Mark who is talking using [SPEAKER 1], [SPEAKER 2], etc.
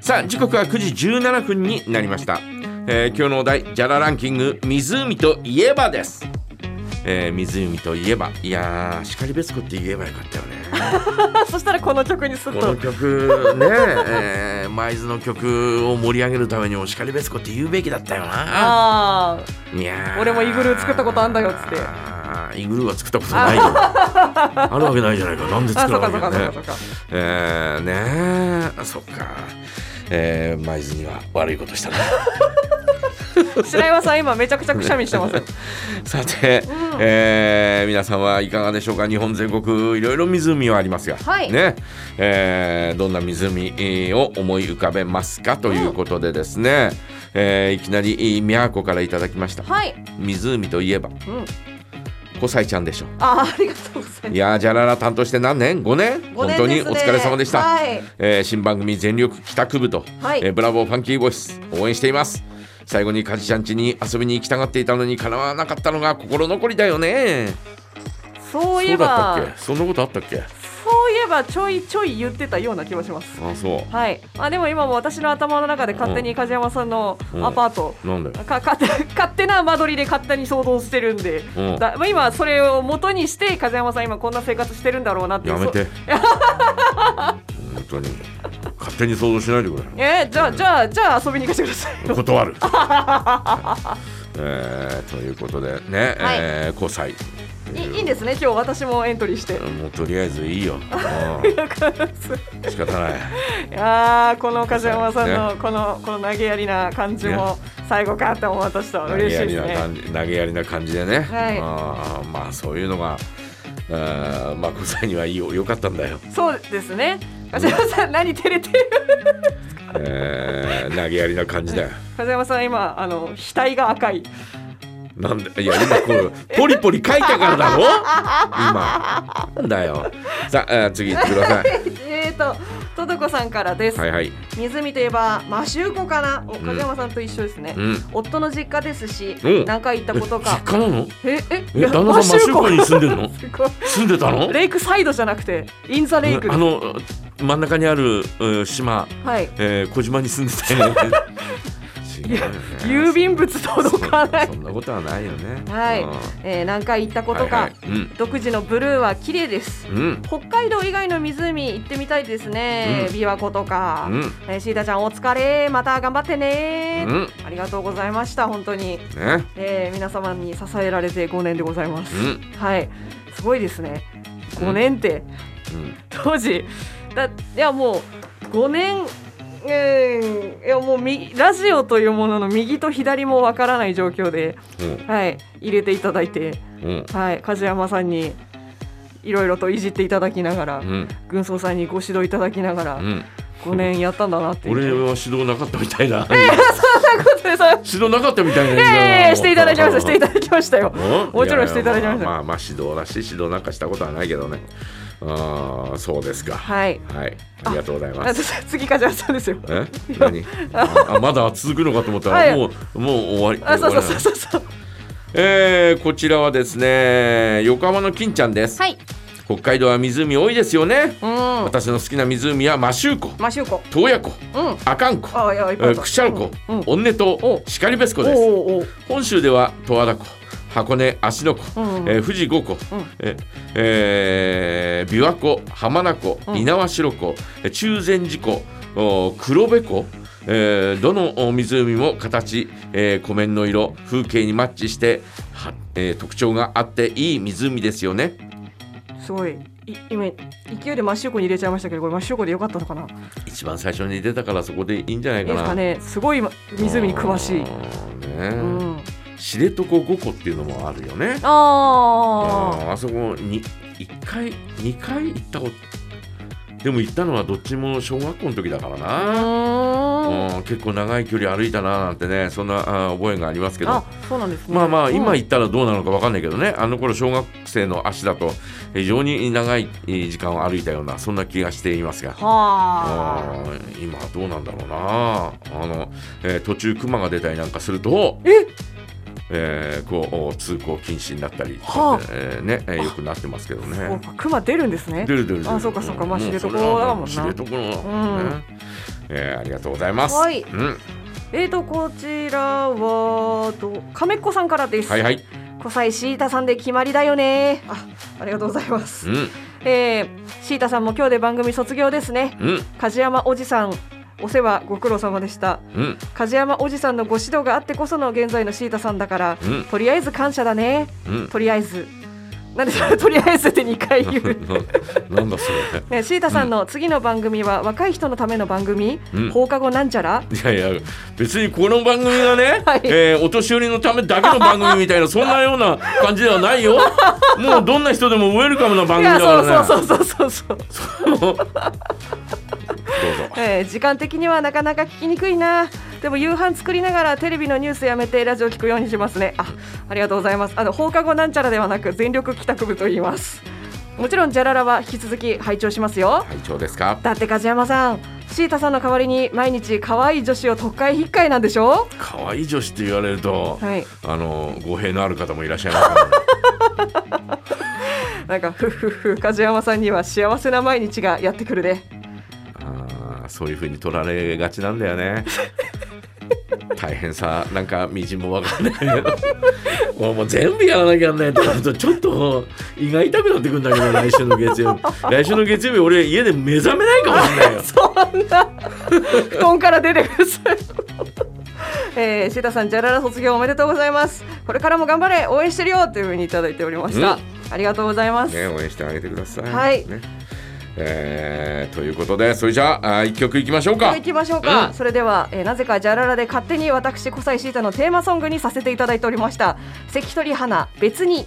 [SPEAKER 1] さあ時刻は9時17分になりました、えー今日のお題ジャラランキング湖といえばです、えー湖といえばいやーしかりべつこって言えばよかったよね
[SPEAKER 2] そしたらこの曲にすっ
[SPEAKER 1] この
[SPEAKER 2] と
[SPEAKER 1] 曲ねえー舞、津の曲を盛り上げるためにおしかりべつこって言うべきだったよな
[SPEAKER 2] あ
[SPEAKER 1] いや
[SPEAKER 2] 俺もイグルー作ったことあんだよっつって
[SPEAKER 1] てイグルーは作ったこと ないよあるわけないじゃないかなんで
[SPEAKER 2] ーあ
[SPEAKER 1] 作
[SPEAKER 2] そ
[SPEAKER 1] ら
[SPEAKER 2] う
[SPEAKER 1] な
[SPEAKER 2] か
[SPEAKER 1] い
[SPEAKER 2] そう
[SPEAKER 1] よ
[SPEAKER 2] かそう
[SPEAKER 1] ね
[SPEAKER 2] かそうか
[SPEAKER 1] えー、ねえそっかえー、舞津には悪いことしたな
[SPEAKER 2] 白岩さん今めちゃくちゃくしゃみしてます
[SPEAKER 1] さて、えー皆さんはいかがでしょうか日本全国いろいろ湖はありますが、
[SPEAKER 2] はい
[SPEAKER 1] ねえーどんな湖えーを思い浮かべますかということでですね、えーいきなりえー宮古からいただきました
[SPEAKER 2] はい、
[SPEAKER 1] 湖といえば
[SPEAKER 2] うん、
[SPEAKER 1] 小さいちゃんでしょ
[SPEAKER 2] あーありがとうござい
[SPEAKER 1] い
[SPEAKER 2] ます
[SPEAKER 1] やーじゃらら担当して何年5年
[SPEAKER 2] 五年
[SPEAKER 1] 本当に
[SPEAKER 2] で
[SPEAKER 1] お
[SPEAKER 2] す
[SPEAKER 1] 疲
[SPEAKER 2] ね
[SPEAKER 1] れ様でした、
[SPEAKER 2] はい
[SPEAKER 1] えー新番組全力帰宅部と、
[SPEAKER 2] はい
[SPEAKER 1] えーブラボーファンキーボイス応援しています最後にカジちゃん家に遊びに行きたがっていたのに叶わなかったのが心残りだよね
[SPEAKER 2] そうい
[SPEAKER 1] そ
[SPEAKER 2] え
[SPEAKER 1] うだ
[SPEAKER 2] ば
[SPEAKER 1] ったっけそんなことあったっけ
[SPEAKER 2] そういえばちょいちょい言ってたような気もします
[SPEAKER 1] あそ
[SPEAKER 2] はいあでも今も私の頭の中で勝手に梶山さんの
[SPEAKER 1] うん
[SPEAKER 2] アパート、
[SPEAKER 1] うなんだよ
[SPEAKER 2] か勝手勝手な間取りで勝手に想像してるんで、
[SPEAKER 1] うん
[SPEAKER 2] だまあ今それを元にして梶山さん今こんな生活してるんだろうなってい
[SPEAKER 1] や
[SPEAKER 2] う
[SPEAKER 1] めて
[SPEAKER 2] そ
[SPEAKER 1] 本当に勝手に想像しないでくれ
[SPEAKER 2] えーじゃあじゃあじゃあ遊びに行かせてください
[SPEAKER 1] 断 る、えーということでね、
[SPEAKER 2] はい
[SPEAKER 1] えー交際
[SPEAKER 2] いいいんですね今日私もエントリーして
[SPEAKER 1] もうとりあえずいいよ、 うん、仕方ない
[SPEAKER 2] いやーこの梶山さんのこのこの投げやりな感じも最後かって思いました
[SPEAKER 1] 投
[SPEAKER 2] 嬉
[SPEAKER 1] げ
[SPEAKER 2] し
[SPEAKER 1] や
[SPEAKER 2] い
[SPEAKER 1] り
[SPEAKER 2] で
[SPEAKER 1] な
[SPEAKER 2] すね
[SPEAKER 1] 感じ投げやりな感じでね、
[SPEAKER 2] はい
[SPEAKER 1] あーまあそういうのがあーまあ小さいにはいいよ良かったんだよ、
[SPEAKER 2] そうですね梶山さん何照れてる
[SPEAKER 1] えー、投げやりな感じだよ
[SPEAKER 2] 梶山さん今あの額が赤い
[SPEAKER 1] なんでいや今こうポリポリ書いたからだろ今なんだよさああー次行ってください
[SPEAKER 2] えーととどこさんからです、
[SPEAKER 1] はいはい
[SPEAKER 2] 湖といえばマシューコかなお梶山さんと一緒ですね、
[SPEAKER 1] うん
[SPEAKER 2] 夫の実家ですし
[SPEAKER 1] うん
[SPEAKER 2] 何回行ったことか
[SPEAKER 1] え実家なの
[SPEAKER 2] ええ
[SPEAKER 1] え旦那さんマシューコに住んでるの
[SPEAKER 2] すご い
[SPEAKER 1] 住んでたの
[SPEAKER 2] レイクサイドじゃなくてインザレイク
[SPEAKER 1] あの真ん中にあるうん島、
[SPEAKER 2] はい
[SPEAKER 1] えー、小島に住んで たよね違うよね
[SPEAKER 2] 郵便物届かない
[SPEAKER 1] そんなことはないよね。
[SPEAKER 2] はい
[SPEAKER 1] うん、
[SPEAKER 2] えー、何回行ったことか、
[SPEAKER 1] はいはいうん
[SPEAKER 2] 独自のブルーは綺麗です、
[SPEAKER 1] うん。
[SPEAKER 2] 北海道以外の湖行ってみたいですね、
[SPEAKER 1] うん
[SPEAKER 2] 琵琶湖とか、
[SPEAKER 1] うん
[SPEAKER 2] えーシータちゃんお疲れまた頑張ってね、
[SPEAKER 1] うん
[SPEAKER 2] ありがとうございました本当に、
[SPEAKER 1] ね。
[SPEAKER 2] えー、皆様に支えられて5年でございます、
[SPEAKER 1] うん
[SPEAKER 2] はいすごいですね
[SPEAKER 1] うん
[SPEAKER 2] 5年って、
[SPEAKER 1] うん。
[SPEAKER 2] 当時だいやもう5年うんいやもうみラジオというものの右と左もわからない状況で、はい、入れていただいて、
[SPEAKER 1] うん。
[SPEAKER 2] はい、梶山さんにいろいろといじっていただきながら、
[SPEAKER 1] うん。
[SPEAKER 2] 軍曹さんにご指導いただきながら、
[SPEAKER 1] うん。
[SPEAKER 2] 5年やったんだなっていう。
[SPEAKER 1] 俺は指導なかったみたいな。
[SPEAKER 2] でそれ
[SPEAKER 1] 指導なかったみたいな。
[SPEAKER 2] いやいやいやしていただき ましたしていただきましたよ。
[SPEAKER 1] う
[SPEAKER 2] もちろんしていただきました
[SPEAKER 1] ややまあまあ指導だし指導なんかしたことはないけどね。ああそうですか。い。
[SPEAKER 2] はい。
[SPEAKER 1] はい。ありがとうござい
[SPEAKER 2] あ
[SPEAKER 1] ます。
[SPEAKER 2] 次梶山さんですよ。
[SPEAKER 1] え何ああまだ続くのかと思った
[SPEAKER 2] は
[SPEAKER 1] ら
[SPEAKER 2] い
[SPEAKER 1] もうもう終わり
[SPEAKER 2] あそうそう
[SPEAKER 1] 終わりな
[SPEAKER 2] そ
[SPEAKER 1] の
[SPEAKER 2] うそうそう。
[SPEAKER 1] えーこちらはですね横浜の金ちゃんです
[SPEAKER 2] はい。
[SPEAKER 1] 北海道は湖多いですよね
[SPEAKER 2] うん。
[SPEAKER 1] 私の好きな湖は摩周湖
[SPEAKER 2] マシューコ。
[SPEAKER 1] 洞爺湖
[SPEAKER 2] うん。
[SPEAKER 1] 阿寒湖
[SPEAKER 2] あいやい
[SPEAKER 1] え
[SPEAKER 2] っぱいあっ
[SPEAKER 1] ー
[SPEAKER 2] た。
[SPEAKER 1] クシャル湖
[SPEAKER 2] うんうん
[SPEAKER 1] 温根
[SPEAKER 2] お
[SPEAKER 1] 島然別湖
[SPEAKER 2] お
[SPEAKER 1] です
[SPEAKER 2] おおお。
[SPEAKER 1] 本州では十和田湖箱根芦ノ湖、
[SPEAKER 2] うんうん
[SPEAKER 1] えー富士五湖、
[SPEAKER 2] うん
[SPEAKER 1] ええー琵琶湖浜名湖
[SPEAKER 2] うん
[SPEAKER 1] 猪苗代湖えー中禅寺湖おー黒部湖えーどのお湖も形、えー湖面の色風景にマッチしては、えー特徴があっていい湖ですよね
[SPEAKER 2] すごい。い今勢いでマシューコに入れちゃいましたけどこれマシューコでよかったのかな。
[SPEAKER 1] 一番最初に出たからそこでいいんじゃないか
[SPEAKER 2] です
[SPEAKER 1] な
[SPEAKER 2] かね。すごい今湖に詳しい。
[SPEAKER 1] うんね
[SPEAKER 2] うん。
[SPEAKER 1] 知床五湖っていうのもあるよね。
[SPEAKER 2] あ
[SPEAKER 1] ああそこに一回二回行ったことでも行ったのはどっちも小学校の時だから
[SPEAKER 2] あ。う
[SPEAKER 1] な。
[SPEAKER 2] ーん。
[SPEAKER 1] うん結構長い距離歩いたななんてねそんなあー覚えがありますけ
[SPEAKER 2] あ
[SPEAKER 1] ど。
[SPEAKER 2] そうなんですね。
[SPEAKER 1] まあまあ今
[SPEAKER 2] うん
[SPEAKER 1] 行ったらどうなのかわかんないけどね、あの頃小学生の足だと非常に長いえー時間を歩いたようなそんな気がしていますが。
[SPEAKER 2] はあ。
[SPEAKER 1] あー今どうなんだろうなあの、えー途中クマが出たりなんかすると
[SPEAKER 2] え
[SPEAKER 1] えーこう通行禁止になったり、
[SPEAKER 2] はあ
[SPEAKER 1] えーねえーよくなってますけどね
[SPEAKER 2] そうか熊出るんですね
[SPEAKER 1] 出る出る出る
[SPEAKER 2] あそうかそうかまあ
[SPEAKER 1] ん
[SPEAKER 2] 知床
[SPEAKER 1] それは
[SPEAKER 2] だもんな
[SPEAKER 1] 知床のだもんね、えーありがとうございます。
[SPEAKER 2] はい
[SPEAKER 1] うん、
[SPEAKER 2] えーとこちらはと亀っ子さんからです。
[SPEAKER 1] はいはい、
[SPEAKER 2] 小西シータさんで決まりだよね。あ、ありがとうございます
[SPEAKER 1] う。ん、
[SPEAKER 2] えー、シータさんも今日で番組卒業ですね。
[SPEAKER 1] うん、
[SPEAKER 2] 梶山おじさん、お世話ご苦労様でした。
[SPEAKER 1] うん、
[SPEAKER 2] 梶山おじさんのご指導があってこその現在のシータさんだから、
[SPEAKER 1] うん
[SPEAKER 2] とりあえず感謝だね。
[SPEAKER 1] うん。
[SPEAKER 2] とりあえず。なんでそれとりあえずって2回言う。
[SPEAKER 1] ななんだそれ。
[SPEAKER 2] ね、シータさんの次の番組は若い人のための番組、
[SPEAKER 1] うん
[SPEAKER 2] 放課後なんちゃら
[SPEAKER 1] いやいや別にこの番組がね、
[SPEAKER 2] はい
[SPEAKER 1] えーお年寄りのためだけの番組みた いなそんなような感じではないよもうどんな人でもウェルカムな番組
[SPEAKER 2] いや
[SPEAKER 1] だからね
[SPEAKER 2] そうそうそうそうそう、
[SPEAKER 1] どうぞ
[SPEAKER 2] えー時間的にはなかなか聞きにくいなでも夕飯作りながらテレビのニュースやめてラジオ聞くようにしますねあありがとうございますあの放課後なんちゃらではなく全力帰宅部と言いますもちろんジャララは引き続き拝聴しますよ
[SPEAKER 1] 会長ですか
[SPEAKER 2] だって梶山さんシータさんの代わりに毎日可愛い女子を特会引っかいなんでしょ
[SPEAKER 1] 可愛い女子って言われると、
[SPEAKER 2] はい
[SPEAKER 1] あの語弊のある方もいらっしゃいますからね
[SPEAKER 2] なんかふふふ梶山さんには幸せな毎日がやってくるで
[SPEAKER 1] あーそういう風に取られがちなんだよ ね大変さなんかみじんもわかんないけど もうもう全部やらなきゃなんないってなるとちょっと胃が痛くなってくるんだけど来週の月曜日 来週の月曜日俺家で目覚めないかもしれ ないよ
[SPEAKER 2] そんな布団から出てくる。えー、シータさん、ジャララ卒業おめでとうございます。これからも頑張れ、応援してるよというふうにいただいておりました。
[SPEAKER 1] うん
[SPEAKER 2] ありがとうございます。
[SPEAKER 1] ね、応援してあげてください。
[SPEAKER 2] はい
[SPEAKER 1] ねえーということでそれじゃああー一曲いきましょうか
[SPEAKER 2] 行。きましょうか、
[SPEAKER 1] うん
[SPEAKER 2] それでは、えーなぜかジャララで勝手に私小西シータのテーマソングにさせていただいておりました関取花別に